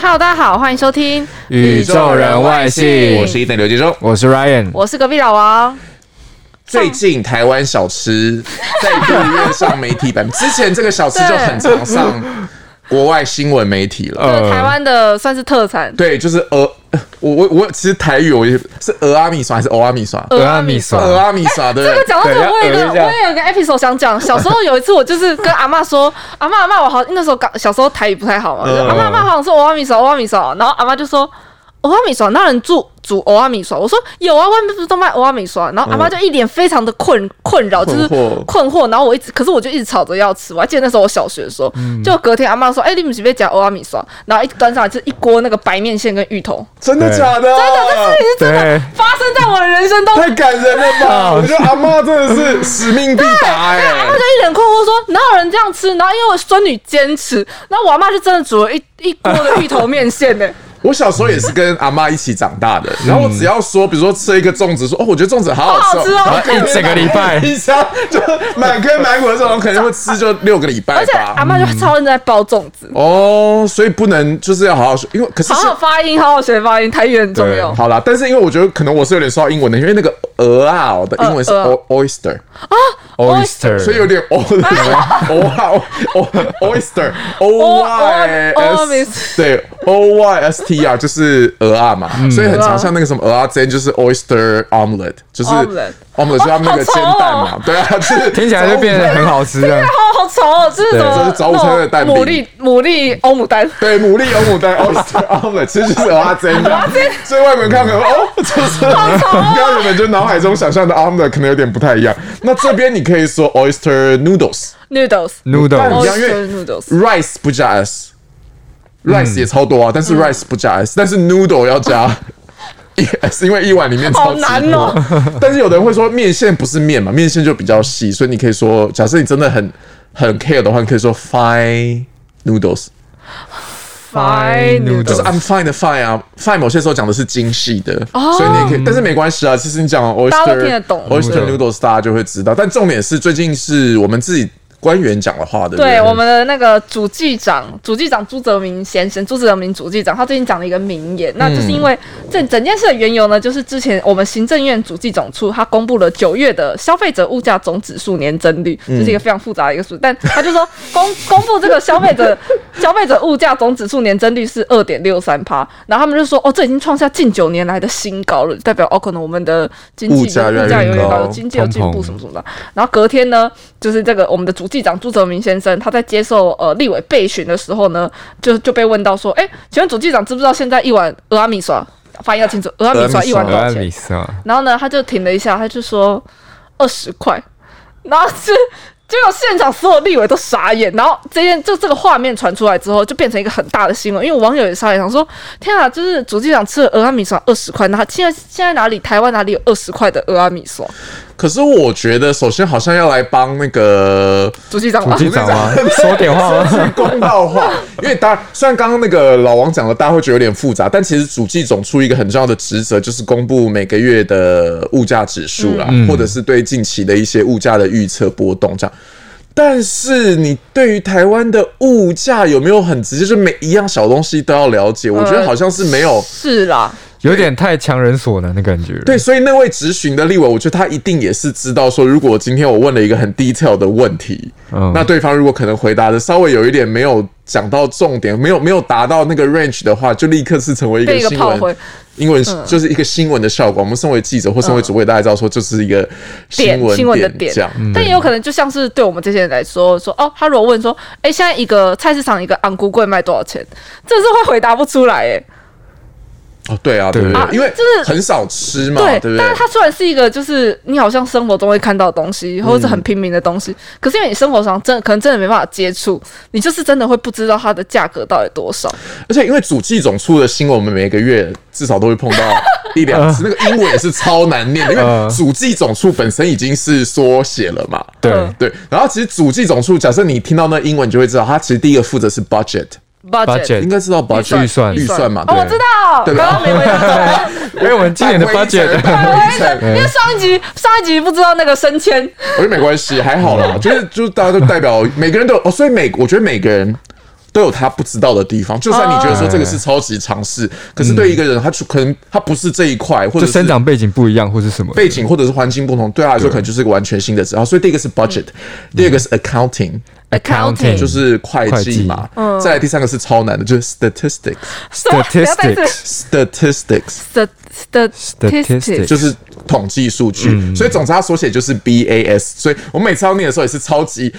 Hello，大家好，欢迎收听《宇宙人外星我我是是一等刘杰忠。我是 Ryan，我是隔壁老王，最近台湾小吃再度跃上媒体版，之前这个小吃就很常上国外新闻媒体了。这是台湾的算是特产，呃对，就是鹅，我我我其实台语我也是鹅阿米耍还是欧阿米耍？鹅阿米索鹅阿米耍对不这个对？讲到这个，对我有一个要讹一下我也有一个 episode 想 讲。小时候有一次，我就是跟阿妈说：“阿妈阿妈，我好那时候刚小时候台语不太好嘛，就嗯阿妈阿妈好像说欧阿米索欧阿米索，然后阿妈就说。”欧阿米耍，那人煮煮欧阿米耍，我说有啊，外面不是都卖欧阿米耍？然后阿妈就一脸非常的困困扰，就是困惑困惑。然后我一直，可是我就一直吵着要吃。我还记得那时候我小学的时候，嗯就隔天阿妈说：“哎、你们准备讲欧阿米耍？”然后一端上来就是一锅那个白面线跟芋头，真的假的啊？对，发生在我的人生当中。太感人了吧！我觉得阿妈真的是使命必达哎、他 就一脸困惑说：“哪有人这样吃？”然后因为我孙女坚持，然后我阿妈就真的煮了一一锅的芋头面线呢、我小时候也是跟阿妈一起长大的，然后我只要说，比如说吃一个粽子，说哦，我觉得粽子好好吃好哦，好吃哦一整个礼拜一箱就满坑满谷的这种，可能会吃就六个礼拜而且阿吧。妈就超认真在包粽子，哦，所以不能就是要好好学，因为可是好是好发音，好好学发音，台语很重要。好啦，但是因为我觉得可能我是有点受到英文的，因为那个鹅啊，我的英文是呃鹅 o- oyster， oyster，所以有点 o 的鹅啊 o oyster o 哦 y 没 s 对 o y s t r 就是鹅啊嘛，所以很常像那个什么鹅啊煎就是 oyster omelette，就是 Omelette omelette 就是他们那个煎蛋嘛，对啊，就是听起来就变得很好吃啊。哦，好潮哦！这是什么？对这是早午餐的蛋饼牡蛎牡蛎欧姆 蛋，对牡蛎欧姆蛋 oyster omelette 哦其实就是鹅啊煎蛋，所以外国人看可 能哦，就是哦跟你们就脑海中想象的 omelette 可能有点不太一样。那这边你可以说 oyster noodles。 noodles。很 noodle，像因为 Oyster noodles， rice 不加 s。rice 嗯也超多啊，但是 rice 不加 s，、但是 noodle 要 加 s，因为一碗里面超好难哦哦。 但是有的人会说面线不是面嘛，面线就比较细，所以你可以说，假设你真的很很 care 的话，你可以说 fine noodles， fine Fine noodles 就是 I'm fine 的 fine 啊，fine 某些时候讲的是精细的，所以你也可以，但是没关系啊，其实你讲哦大 oyster 家都听得懂 oyster noodles 大家就会知道，但重点是最近是我们自己官员讲的话，对不对我们的那个主计长，主计长朱泽民先生，朱泽民主计长，他最近讲了一个名言，嗯那就是因为这整件事的缘由呢，就是之前我们行政院主计总处他公布了九月的消费者物价总指数年增率，嗯这、是一个非常复杂的一个数，但他就说公 公布这个消费者消费者物价总指数年增率是二点六三趴，然后他们就说哦，这已经创下近九年来的新高了，代表哦，可能我们的经济物价越来物越价有点高，高经济有进步通膨什么什么的。然后隔天呢，就是这个我们的主计长朱泽民先生，他在接受呃立委备询的时候呢，就就被问到说，哎，请问主计长知不知道现在一碗俄阿米耍发音要清楚，俄阿米耍一碗多少呃阿钱米？莎，然后呢，他就停了一下，他就说二十块，然后是。结果现场所有立委都傻眼，然后这件就这个画面传出来之后，就变成一个很大的新闻，因为网友也傻眼，想说：天啊，就是主机长吃了俄阿米爽二十块，那他现在现在哪里台湾哪里有二十块的俄阿米爽？可是我觉得，首先好像要来帮那个主机长主吗？机长吗？啊说点话 吗？公道话，因为当然，虽然刚刚那个老王讲的，大家会觉得有点复杂，但其实主计总处一个很重要的职责就是公布每个月的物价指数啦，或者是对近期的一些物价的预测波动这样。但是你对于台湾的物价有没有很直接，就每一样小东西都要了解？我觉得好像是没有。是啦，有点太强人所难的感觉。对，，所以那位执询的立委，我觉得他一定也是知道说，如果今天我问了一个很 detail 的问题，嗯那对方如果可能回答的稍微有一点没有讲到重点，没有没有达到那个 range 的话，就立刻是成为一被个一个新炮闻灰。嗯英文就是一个新闻的效果。我们身为记者或身为主播，大家知道说，就是一个点新闻新闻的点这样。但也有可能就像是对我们这些人来说，说哦，他如果问说，哎、现在一个菜市场一个昂菇贵卖多少钱，这是会回答不出来哎、哦，对啊，对对对啊对，因为就是很少吃嘛，对，对不但对是？它虽然是一个就是你好像生活中会看到的东西，或者是很平民的东西，可是因为你生活上真的可能真的没办法接触，你就是真的会不知道它的价格到底多少。而且因为主计总处的新闻，我们每个月至少都会碰到一两次。那个英文也是超难念的，因 嗯为主计总处本身已经是缩写了嘛。对嗯对，然后其实主计总处，假设你听到那英文，你就会知道，它其实第一个负责是 budget，应 budget 该知道 budget 预算预算嘛，哦，对我知道，对刚刚没回答。因 为我们今年的半规则 budget 半规则 因为上一集上一集不知道那个升迁，嗯我觉得没关系，还好啦，就是就是大家都代表每个人都有哦，所以每我觉得每个人都有他不知道的地方。就算你觉得说这哎个是超级尝试，可是对一个人，他出可能他不是这一块，或者就是生长背景不一样或是什么的背景或者是环境不同，对他嗯来说可能就是一个完全新的指标。所以第一个是 budget，第二个是 accounting， accounting 就。是嗯会计嗯嘛。再来第三个是超难的，就是 statistics。什么不要再一次 Statistics statistics st st Statistics 就是统计数据，所以总之它缩写就是 BAS。所以我每次要念的时候也是超级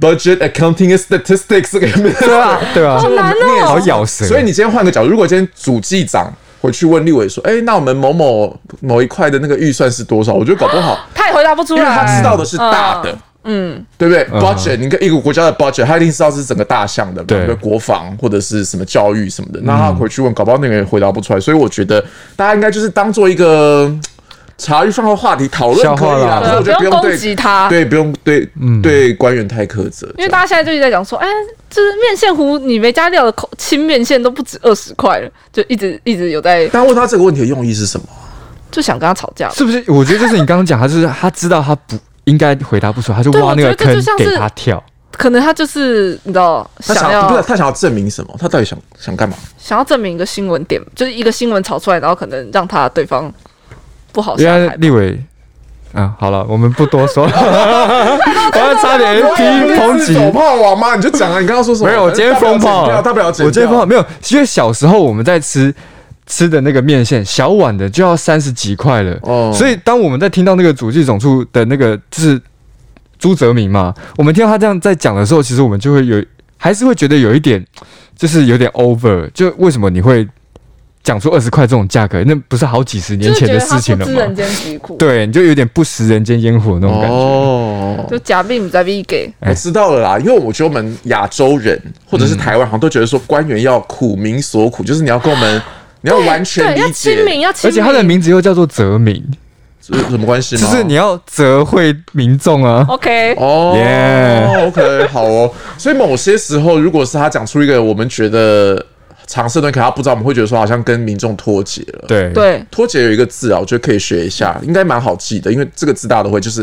budget accounting and statistics 这个名字。啊，对啊，好难哦好咬舌。所以你今天换个角度，如果今天主计长回去问立委说：“哎、那我们某某某一块的那个预算是多少？”我觉得搞不好，他也回答不出因来，为他知道的是大的。嗯，对不对？budget，你看一个国家的 budget，他一定知道是整个大项的嘛，对嗯比如国防或者是什么教育什么的。那他回去问，搞不好那个人回答不出来。所以我觉得大家应该就是当做一个嗯茶余饭后话题讨论消可化啊以啦，啦可是我觉得啊不不用用攻击对他对，不用对嗯对官员太苛责。因为大家现在就一直在讲说，哎，就是面线糊，你没加料的口清面线都不止二十块了，就一直一直有在但问他这个问题的用意是什么？就想跟他吵架。是不是？我觉得就是你刚刚讲，他就是他知道他不应该回答不出来，他就对挖我那觉个得这就坑像是给他跳。可能他就是你知道他想想不是要他想要证明什么？他到底想想干嘛？想要证明一个新闻点，就是一个新闻炒出来，然后可能让他对方不好因下为台。立伟，啊，好了，我们不多说， 我要差点 哎你批抨是击。走炮王吗？你就讲啊！你刚刚说什么？哎没有，我今天大疯不了剪炮掉了，大不了剪我今天掉疯炮没有，因为小时候我们在吃吃的那个面线，小碗的就要三十几块了。哦所以当我们在听到那个主计总处的那个就是朱泽明嘛，我们听到他这样在讲的时候，其实我们就会有还是会觉得有一点就是有点 over，就为什么你会讲出二十块这种价格？那不是好几十年就是前觉的得他事情不了知吗人？间疾苦，对，你就有点不食人间烟火那种感觉。哦就假病在逼给，我知道了啦，因为我觉得我们亚洲人或者是台湾，好像都觉得说官员要苦民所苦，就是你要跟我们，你要完全对，要理亲解，民，要亲而民，且他的名字又叫做泽明，这有什么关系就吗？是你要泽惠民众啊。 OK，哦 Yeah ，OK，好哦。所以某些时候，如果是他讲出一个我们觉得尝试的东西，可他不知道，我们会觉得说好像跟民众脱节了。对，对，脱节有一个字啊，我觉得可以学一下，应该蛮好记的，因为这个字大家都会，就是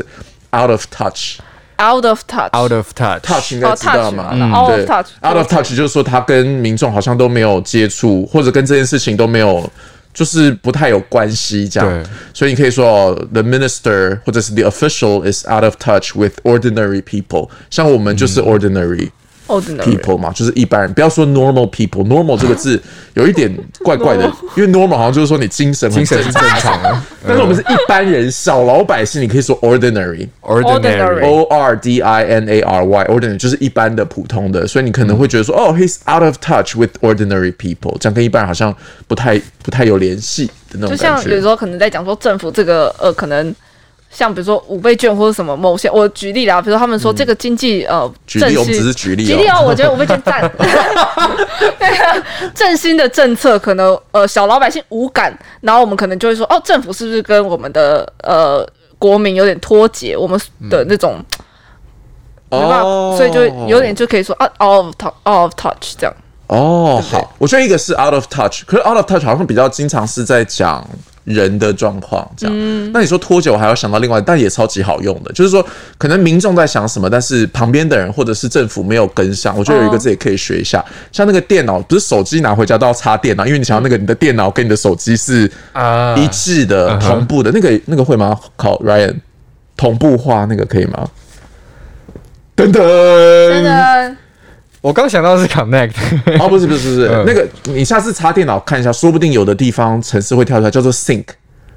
out of touch。 out of touch。 ，out of touch。 touch 应该知道嘛、哦，touch，嗯 out of 对 touch out of touch 就是说他跟民众好像都没有接触，或者跟这件事情都没有，就是不太有关系这样对。所以你可以说哦 the minister 或者是 the official is out of touch with ordinary people。像我们就是嗯 ordinary、 ordinary people 嘛，就是一般人，不要说 normal people。normal 这 个字有一点怪怪的，因为 normal 好像就是说你精神很精神是正常啊的但是我们是一般人，小老百姓，你可以说 ordinary。 Ordinary ，ordinary。哦 O R D I N A R Y ordinary 就是一般的普通的，所以你可能会觉得说，哦，he's out of touch with ordinary people，这样跟一般人好像不太不太有联系的那就种像感有觉时。候可能在讲说政府这个呃，可能像比如说五倍券或者什么某些，我举例啦，比如说他们说这个经济、呃，嗯举振例，兴我们只是举例、哦。举例哦，我觉得五倍券 赞。振兴的政策可能呃小老百姓无感，然后我们可能就会说哦，政府是不是跟我们的呃国民有点脱节，我们的那种、没办法，嗯哦，所以就有点就可以说啊 out of touch out of touch 这样。哦，好，我觉得一个是 out of touch，可是 out of touch 好像比较经常是在讲人的状况这样。那你说脱酒，我还要想到另外，但也超级好用的，就是说可能民众在想什么，但是旁边的人或者是政府没有跟上。我觉得有一个哦这也可以学一下，像那个电脑，不是手机拿回家都要插电脑，啊因为你想要那个你的电脑跟你的手机是啊一致的、嗯哼同步的，那个那个会吗？考 Ryan 同步化那个可以吗？等等，嗯真的，我刚想到的是 connect，哦，不是不是不是，嗯那个你下次插电脑看一下，说不定有的地方城市会跳出来，叫做 sync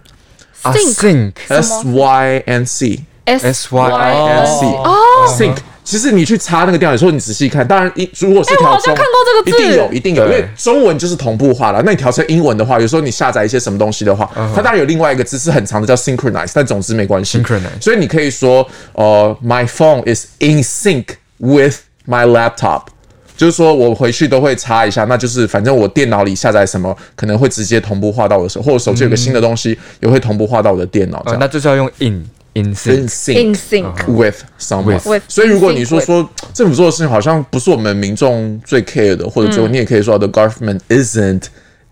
啊 Sync sync s y n c S S Y n c 哦， sync。其 Uh-huh 实你去插那个电脑，有时候你仔细看，当然一如果是哎我调好中，像看过这个字一定有一定有，因对为中文就是同步化了。那你调成英文的话，有时候你下载一些什么东西的话，Uh-huh 它当然有另外一个字是很长的叫 synchronize，但总之没关系。 Synchronize 所以你可以说，呃，my phone is in sync with my laptop。就是说我回去都会插一下，那就是反正我电脑里下载什么，可能会直接同步化到我的手，或者手机有个新的东西，也会同步化到我的电脑。这呃样那就是要用 in in in sync。 in sync sync。 with someone。 With With 所以如果你 sync 说 with 说政府做的事情好像不是我们民众最 care 的，或者嗯就你也可以说 the government isn't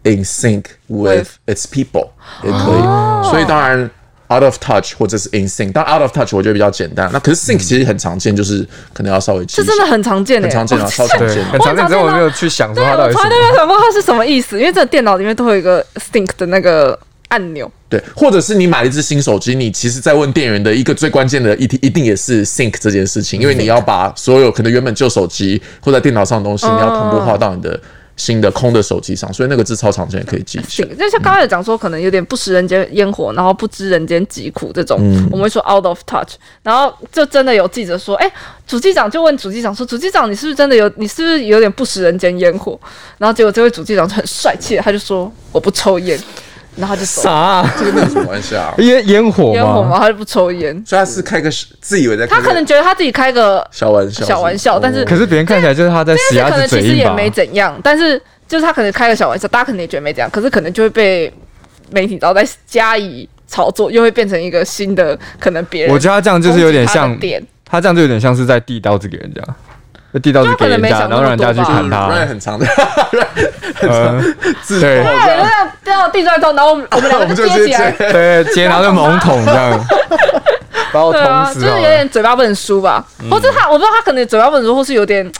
in sync with With 哦 its people 也可以。所以当然。 out of touch 或者是 in sync。但 out of touch 我觉得比较简单，那可是 sync 其实很常见，就是可能要稍微记这一下真的很常见的、很常见啊，超常对见，很常见，只是我没有去想说对，它到我底是从来什都么。没有想过它是什么意思，因为这电脑里面都会有一个 stink 的那个按钮。对，或者是你买了一只新手机，你其实在问店员的一个最关键的议题，一定也是 sync 这件事嗯情，因为你要把所有可能原本旧手机或者电脑上的东西，你要同步化到你的新的空的手机上，所以那个字超常见，可以记 起来。就像刚才有讲说，可能有点不食人间烟火，然后不知人间疾苦这种，嗯我们会说 out of touch。然后就真的有记者说，哎、主机长就问主机长说，主机长你是不是真的有，你是不是有点不食人间烟火？然后结果这位主机长就很帅气的，他就说我不抽烟，然后他就走了。啥？，这个没有什么关系啊烟烟火烟火吗嘛，？他就不抽烟。所以他是开个自以为在开他个可能觉得他自己开个小玩笑，小玩笑但是可是别人看起来就是他在但洗是鸭可子能其嘴实硬也吧？没怎样，但是就是他可能开个小玩笑，大家可能也觉得没怎样，可是可能就会被媒体然后再加以炒作，又会变成一个新的可能别人。我觉得他这样就是有点像，点，他这样就有点像是在递刀子给人家，递刀子就他给人可能没家，想然那后么让人家去多吧砍不然他。哦很 长的，呃，对对，就这样掉到地砖头，然后我们我们两我个们就就接直起接来，对，接然后就猛捅这样， 把我对捅啊，就死是好有了。点嘴巴不能输吧，或者他我不知道他可能嘴巴不能输，或是有点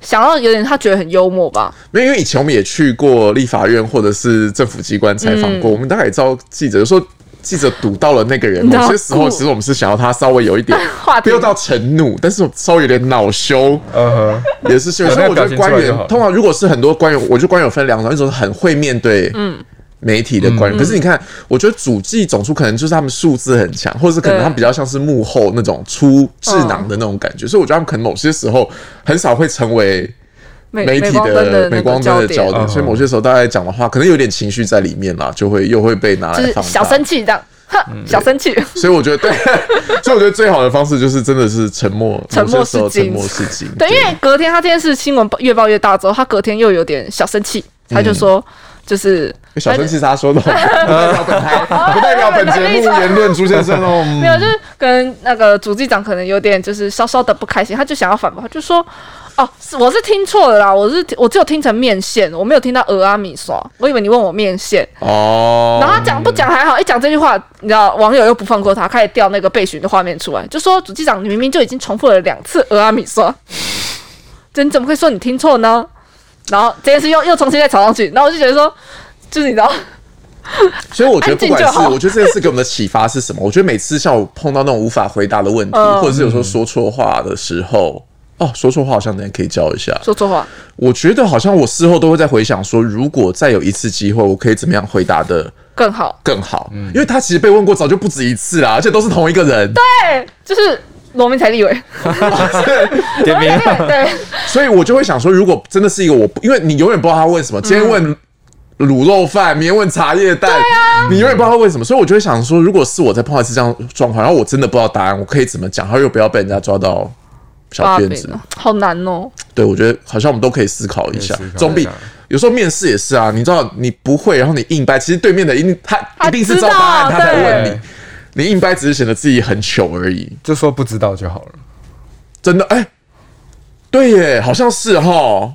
想要有点他觉得很幽默吧，没有，因为以前我们也去过立法院或者是政府机关采访过，嗯我们大概也知道记者说。记者堵到了那个人，你知道某些时候故其实我们是想要他稍微有一点 话，题不要到盛怒，但是稍微有点恼羞，呃呵，也是新闻。有所那以我个表觉得情官出来员就好通常如果是很多官员，我觉得官员有分两种，一种是很会面对嗯媒体的嗯官员，可是你看，我觉得主计总处可能就是他们数字很强，或者是可能对他们比较像是幕后那种出智囊的那种感觉，所以我觉得他们可能某些时候很少会成为。美媒体光灯的那个镁光灯焦的焦点，点，嗯所以某些时候大家讲的话，可能有点情绪在里面啦，就会又会被拿就来是放小大生。气这样，哼，小生气。所以我觉得，对， 所以我觉得最好的方式就是真的是沉默，沉默某些时候是金沉默是金。对，因为隔天他这件事新闻报越报越大之后，他隔天又有点小生气，他就说就是小生气是他说的，不代表本哦台，不 代表本节目言论朱先生哦。嗯 没有，就是跟那个主机长可能有点就是稍稍的不开心，他就想要反驳，他就说。哦，是我是听错了啦，我是我只有听成面线，我没有听到俄阿米刷，我以为你问我面线，哦，然后他讲不讲还好，一讲这句话，你知道网友又不放过他，开始调那个备询的画面出来，就说主机长你明明就已经重复了两次俄阿米刷，这你怎么会说你听错呢？然后这件事又又重新再炒上去，然后我就觉得说，就是你知道，所以我觉得不管安静就是好我觉得这件事给我们的启发是什么？我觉得每次像我碰到那种无法回答的问题，嗯或者是有时候说错话的时候，哦，说错话好像大家可以教一下。说错话，我觉得好像我事后都会在回想说，如果再有一次机会，我可以怎么样回答的更好，更好？因为他其实被问过早就不止一次啦，而且都是同一个人，对，就是罗明才立委，点名对 对，所以我就会想说，如果真的是一个我不，因为你永远不知道他问什么，今天问。卤肉饭，明天问茶叶蛋，你永远不知道他问什么，所以我就会想说，如果是我再碰到一次这样的状况，然后我真的不知道答案，我可以怎么讲，然后又不要被人家抓到小把辫柄子。哦好难哦，对，我觉得好像我们都可以思考一下可以思，考总一比下有时候面试也是啊，你知道你不会，然后你硬掰，其实对面的一定他他一定是知照答案，道他才问对你，你硬掰只是显得自己很糗而已。哎就说不知道就好了。真的，哎、对耶，好像是哈。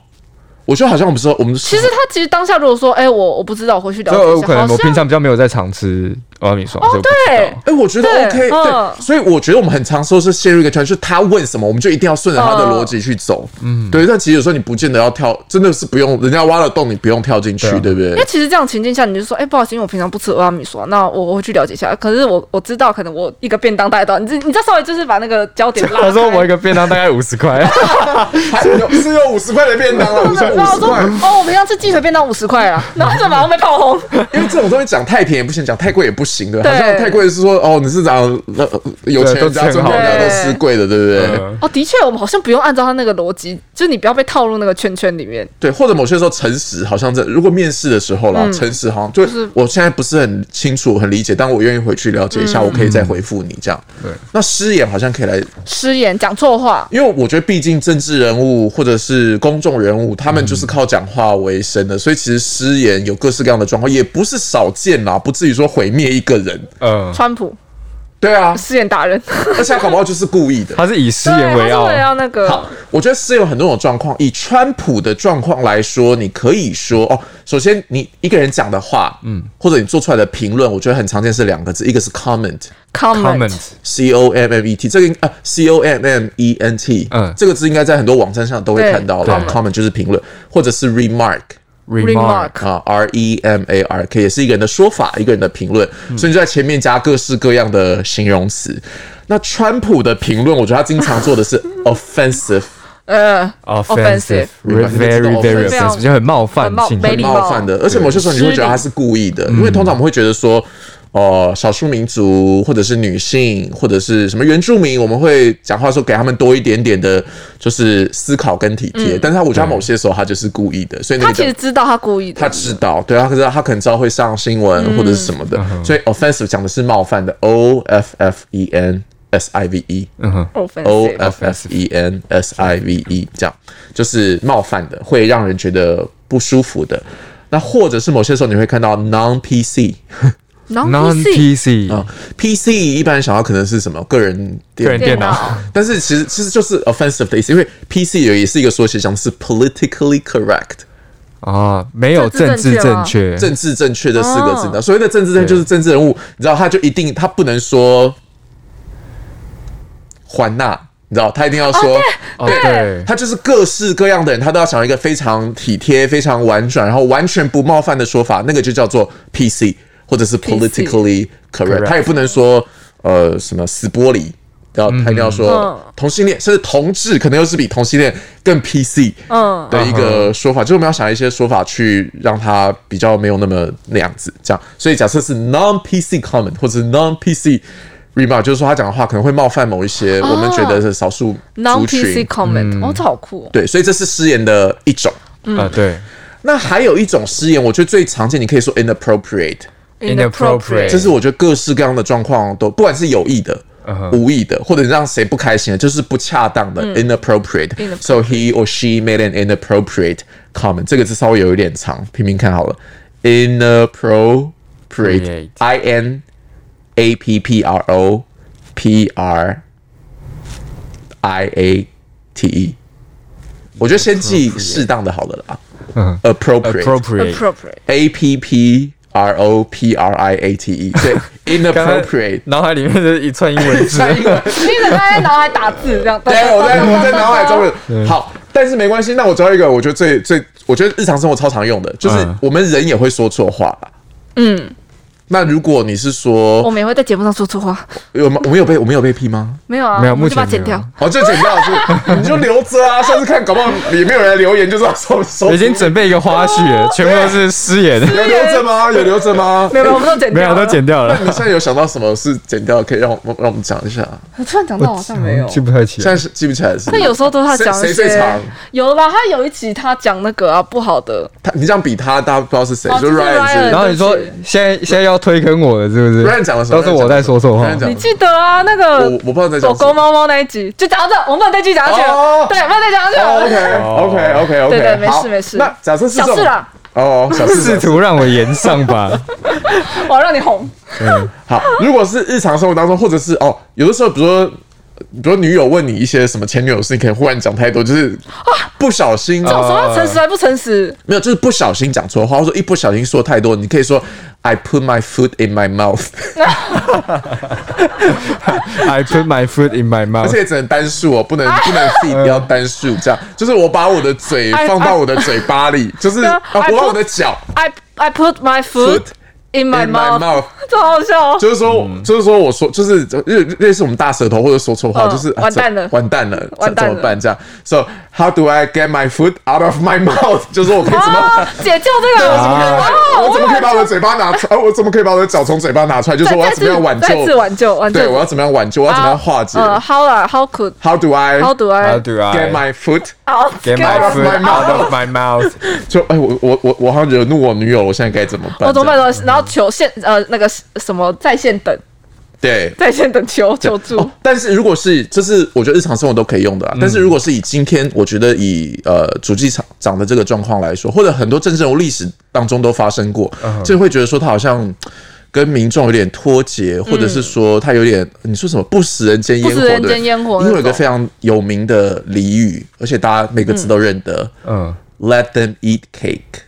我觉得好像我们说，我们其实他其实当下如果说，哎、我我不知道，我回去了就解一有下，可能好我平像哦常比较没有在常吃俄米爽，所以我不知对道。哎、我觉得对 OK，对，嗯所以我觉得我们很常说是陷入一个圈，就是他问什么，我们就一定要顺着他的逻辑去走，嗯，对。但其实有时候你不见得要跳，真的是不用，人家挖了洞，你不用跳进去，对啊对不对因为？其实这样情境下，你就说，哎、不好意思，因为我平常不吃俄阿米刷，那我我会去了解一下。可是我我知道，可能我一个便当带到，你这你再稍微就是把那个焦点拉开。 他说我一个便当大概五十块，还有是有五十块的便当 啊了，五十然五后 十我说块，哦，我平常吃鸡腿便当五十块啦，然后他就马上被炮轰。 因为这种东西讲太便宜不行，讲太贵也不行的。好对像太贵是说哦，你是讲呃有钱人对都吃家很尊重好人家对都吃贵的，对不对？呃哦，的确，我们好像不用按照他那个逻辑，就是你不要被套入那个圈圈里面。对，或者某些时候诚实，好像在如果面试的时候啦，诚实好像就就是是我现在不是很清楚、很理解，但我愿意回去了解一下，我可以再回复你这样。对那失言好像可以来，失言讲错话，因为我觉得毕竟政治人物或者是公众人物，他们就是靠讲话为生的，所以其实失言有各式各样的状况，也不是少见啦，不至于说毁灭一个人。 嗯，川普对啊，失言达人，而且他搞不好就是故意的。他是以失言对为他傲是，为要那个好，我觉得是有很多种状况。以川普的状况来说，你可以说哦，首先你一个人讲的话，嗯，或者你做出来的评论，我觉得很常见是两个字，一个是 comment，c comment o m m e t，这个应啊 c o m m e n t，嗯这个字应该在很多网站上都会看到对了。对 comment 就是评论，或者是 remark。 remark，啊，R E M A R K 也是一个人的说法，一个人的评论，所以你就在前面加各式各样的形容词。那川普的评论，我觉得他经常做的是 offensive，呃 offensive Remark， very 这个 very 非常 offensive，就很冒犯很冒性没礼的貌冒犯的，而且某些时候你会觉得他是故意的，因为通常我们会觉得说，哦、少数民族或者是女性或者是什么原住民，我们会讲话说给他们多一点点的，就是思考跟体贴。但是他我觉得他某些时候他就是故意的，所以嗯那他其个实知道他故意的，他知道，对啊，可是他可能知道会上新闻嗯或者是什么的，所以 offensive 讲的是冒犯的，O F F E N S I V E。嗯哼， O offensive， F F E N S I V E，这样就是冒犯的，会让人觉得不舒服的。那或者是某些时候你会看到 non PC 然后 non PC 哦啊、p c 一般人想到可能是什么个人个人电，电电脑脑。但是其实其实就是 offensive 的意思，因为 PC 也是一个缩写，讲的是 politically correct，啊，没有政政治治正正啊确，政治正确这四个字哦的。所谓的政治正确就是政治人物，你知道他就一定他不能说环娜，你知道他一定要说。哦对，他就是各式各样的人，他都要想一个非常体贴、非常婉转，然后完全不冒犯的说法，那个就叫做 PC 或者是 politically correct。 Correct 他也不能说呃什么死玻璃，然后他一定要说嗯同性恋，甚至同志，可能又是比同性恋更 PC 嗯，的一个说法。就是我们要想一些说法去让它比较没有那么那样子，这样。所以假设是 non PC comment 或者 non PC。remark 就是说他讲的话可能会冒犯某一些我们觉得是少数哦 non 族群 PC 嗯 comment，哦，这好酷哦，对，所以这是失言的一种。嗯啊对，那还有一种失言，我觉得最常见，你可以说 inappropriate， Inappropriate 这是我觉得各式各样的状况都，不管是有意的嗯哼、无意的，或者让谁不开心的，就是不恰当的 inappropriate。 Inappropriate So he or she made an inappropriate comment。这个字稍微有一点长，拼拼看好了 Create ，inappropriate，i n a p p r o p r i a t e。我觉得先记适当的好了啦。嗯 appropriate。 appropriate。 appropriate， A P P R O P R I A T E，对，inappropriate。脑海里面的一串英文字，你怎么在脑海打字这样？对，我在我 在脑海中了。嗯有好，但是没关系。那我教一个，我觉得最最，我觉得日常生活超常用的，就是嗯我们人也会说错话啦。嗯，那如果你是我说，们也会在节目上说错话，有吗？我们有被我们有被批吗？没有啊，没有我们就目前把它剪没有掉。哦，这剪掉 是，你就留着啊，下次看，搞不好也没有人来留言，就知 道说说已经准备一个花絮 啊了，全部都是失言，有留着吗？有留着吗？没有，没有我们都剪没掉。有都。剪掉你了，们现在有想到什么是剪掉？可以让我们让我们讲一下。我突然讲到好像 没有。记不太起现来。在是记不起来是吗？但有时候都是他谁讲一谁最些长？有吧？他有一集他讲那个啊不好的，他你这样比他，大家不知道是谁，哦就就是 Ryan 是 Ryan 然后你说对现在现在要推坑我了，是不是 Ryan 讲了什么都是我在说错话 Ryan 讲，了你记得啊？那我个我不知道在狗讲什狗么。猫猫那一集就讲到这，我们不能再继续讲下去哦了。对，不能再讲下去哦了。 OK OK OK OK，对对没事没事那假设是这小种事啦，哦，小事试 是图让我言上吧， 我要让你红。好。如果是日常生活当中，或者是哦，有的时候比如说。比如说女友问你一些什么前女友的事，你可能忽然讲太多，就是不小心，我说要诚实还不诚实？没有，就是不小心讲错话，或者说一不小心说太多，你可以说 I put my foot in my mouth， I put my foot in my 而 mouth。且只能单数哦，不能啊不能 feed，要单数，这样就是我把我的嘴放到我的嘴巴里，就是哎对啊啊我把 I put- 我的脚 I I put my foot Foot in my in mouth，my mouth，这好好笑哦。就是说，就是说，我说，就是类类似我们大舌头或者说错话，嗯就是啊完蛋了这完蛋了，完蛋这怎了么办？这样，So how do I get my food out of my mouth？就是 我可以怎么？啊，解救这个！啊我怎么可以把我的嘴巴拿出来？啊我怎么可以把我的脚从嘴巴拿出来？就是我，Oh 要再怎么样挽再次再次救？挽救挽救？对，我要怎么样挽救？我要怎么样化解哎呃，How are How could ？How do I How do I How do I get my foot？ out get my food foot out out of my mouth？就哎，我我我我好像惹怒我女友了，我现在该怎么哦办？我怎么这样办呢？然后求现呃那个什么在线等对，在线等求求助哦。但是如果是，这是我觉得日常生活都可以用的啦。但是如果是以今天，我觉得以呃主机厂长的这个状况来说，或者很多政治人物历史当中都发生过，就会觉得说他好像。跟民众有点脱节，或者是说他有点你说什么不食人间烟火，嗯不食人对间烟火因为有一那个种非常有名的俚语，而且大家每个字都认得、嗯， l e t them eat cake。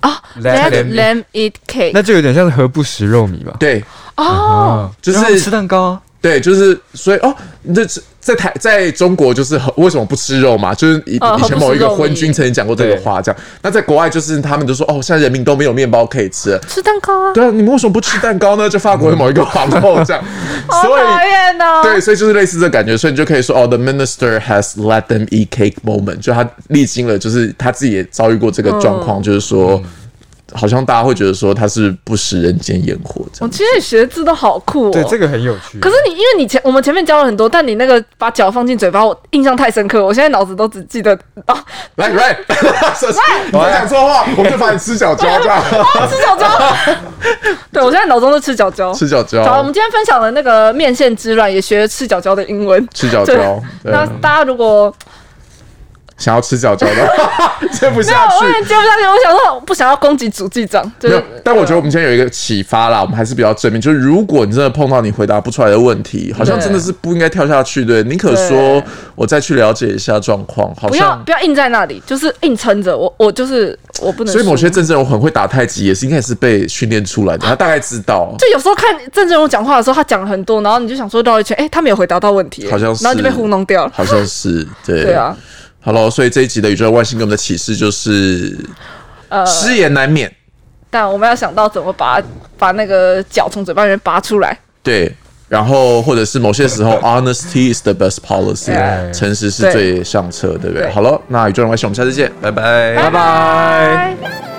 啊 Let ，Let them them eat cake 那就有点像是何不食肉糜吧？对哦，啊，就是让他们吃蛋糕啊。对，就是所以哦，那是在台在中国就是很为什么不吃肉嘛？就是以呃以前某一个昏君曾经讲过这个对话，这样。那在国外就是他们就说哦，现在人民都没有面包可以吃了，吃蛋糕啊，对啊，你们为什么不吃蛋糕呢？就法国的某一个皇后这样， 好所以讨厌哦。对，所以就是类似这感觉，所以你就可以说哦，the minister has let them eat cake moment，就他历经了，就是他自己也遭遇过这个状嗯况，就是说。好像大家会觉得说他是不食人间烟火这我样，其实学字都好酷哦。对，这个很有趣。可是你因为你前我们前面教了很多，但你那个把脚放进嘴巴，我印象太深刻，我现在脑子都只记得哦， 来来，你再讲错话，我就把你吃脚胶这样，啊吃 脚胶。对我现在脑中都吃脚胶。吃脚好，我胶们，今天分享的那个面线之乱，也学吃脚胶的英文。吃脚对胶，对，那大家如果想要吃脚胶的， 吃没不有下我去有。点接不下去，我想说我不想要攻击主计长，就没有是，但我觉得我们今天有一个启发啦，我们还是比较正面。就是如果你真的碰到你回答不出来的问题，好像真的是不应该跳下去，对，宁可说对我再去了解一下状况，好不要像。不要硬在那里，就是硬撑着。我我就是我不能输，所以某些政治人物很会打太极，也是应该也是被训练出来的，他大概知道。就有时候看郑正荣讲话的时候，他讲了很多，然后你就想说绕一圈，哎、他没有回答到问题、好像是哎然后就被糊弄掉了。好像是对。对啊，好了，所以这一集的宇宙外星给我们的启示就是，呃，失言难免。但我们要想到怎么把把那个脚从嘴巴里面拔出来。对，然后或者是某些时 候，honesty is the best policy，对诚实是对最上策，对不对？对好了，那宇宙人外星，我们下次见，拜拜，拜拜。拜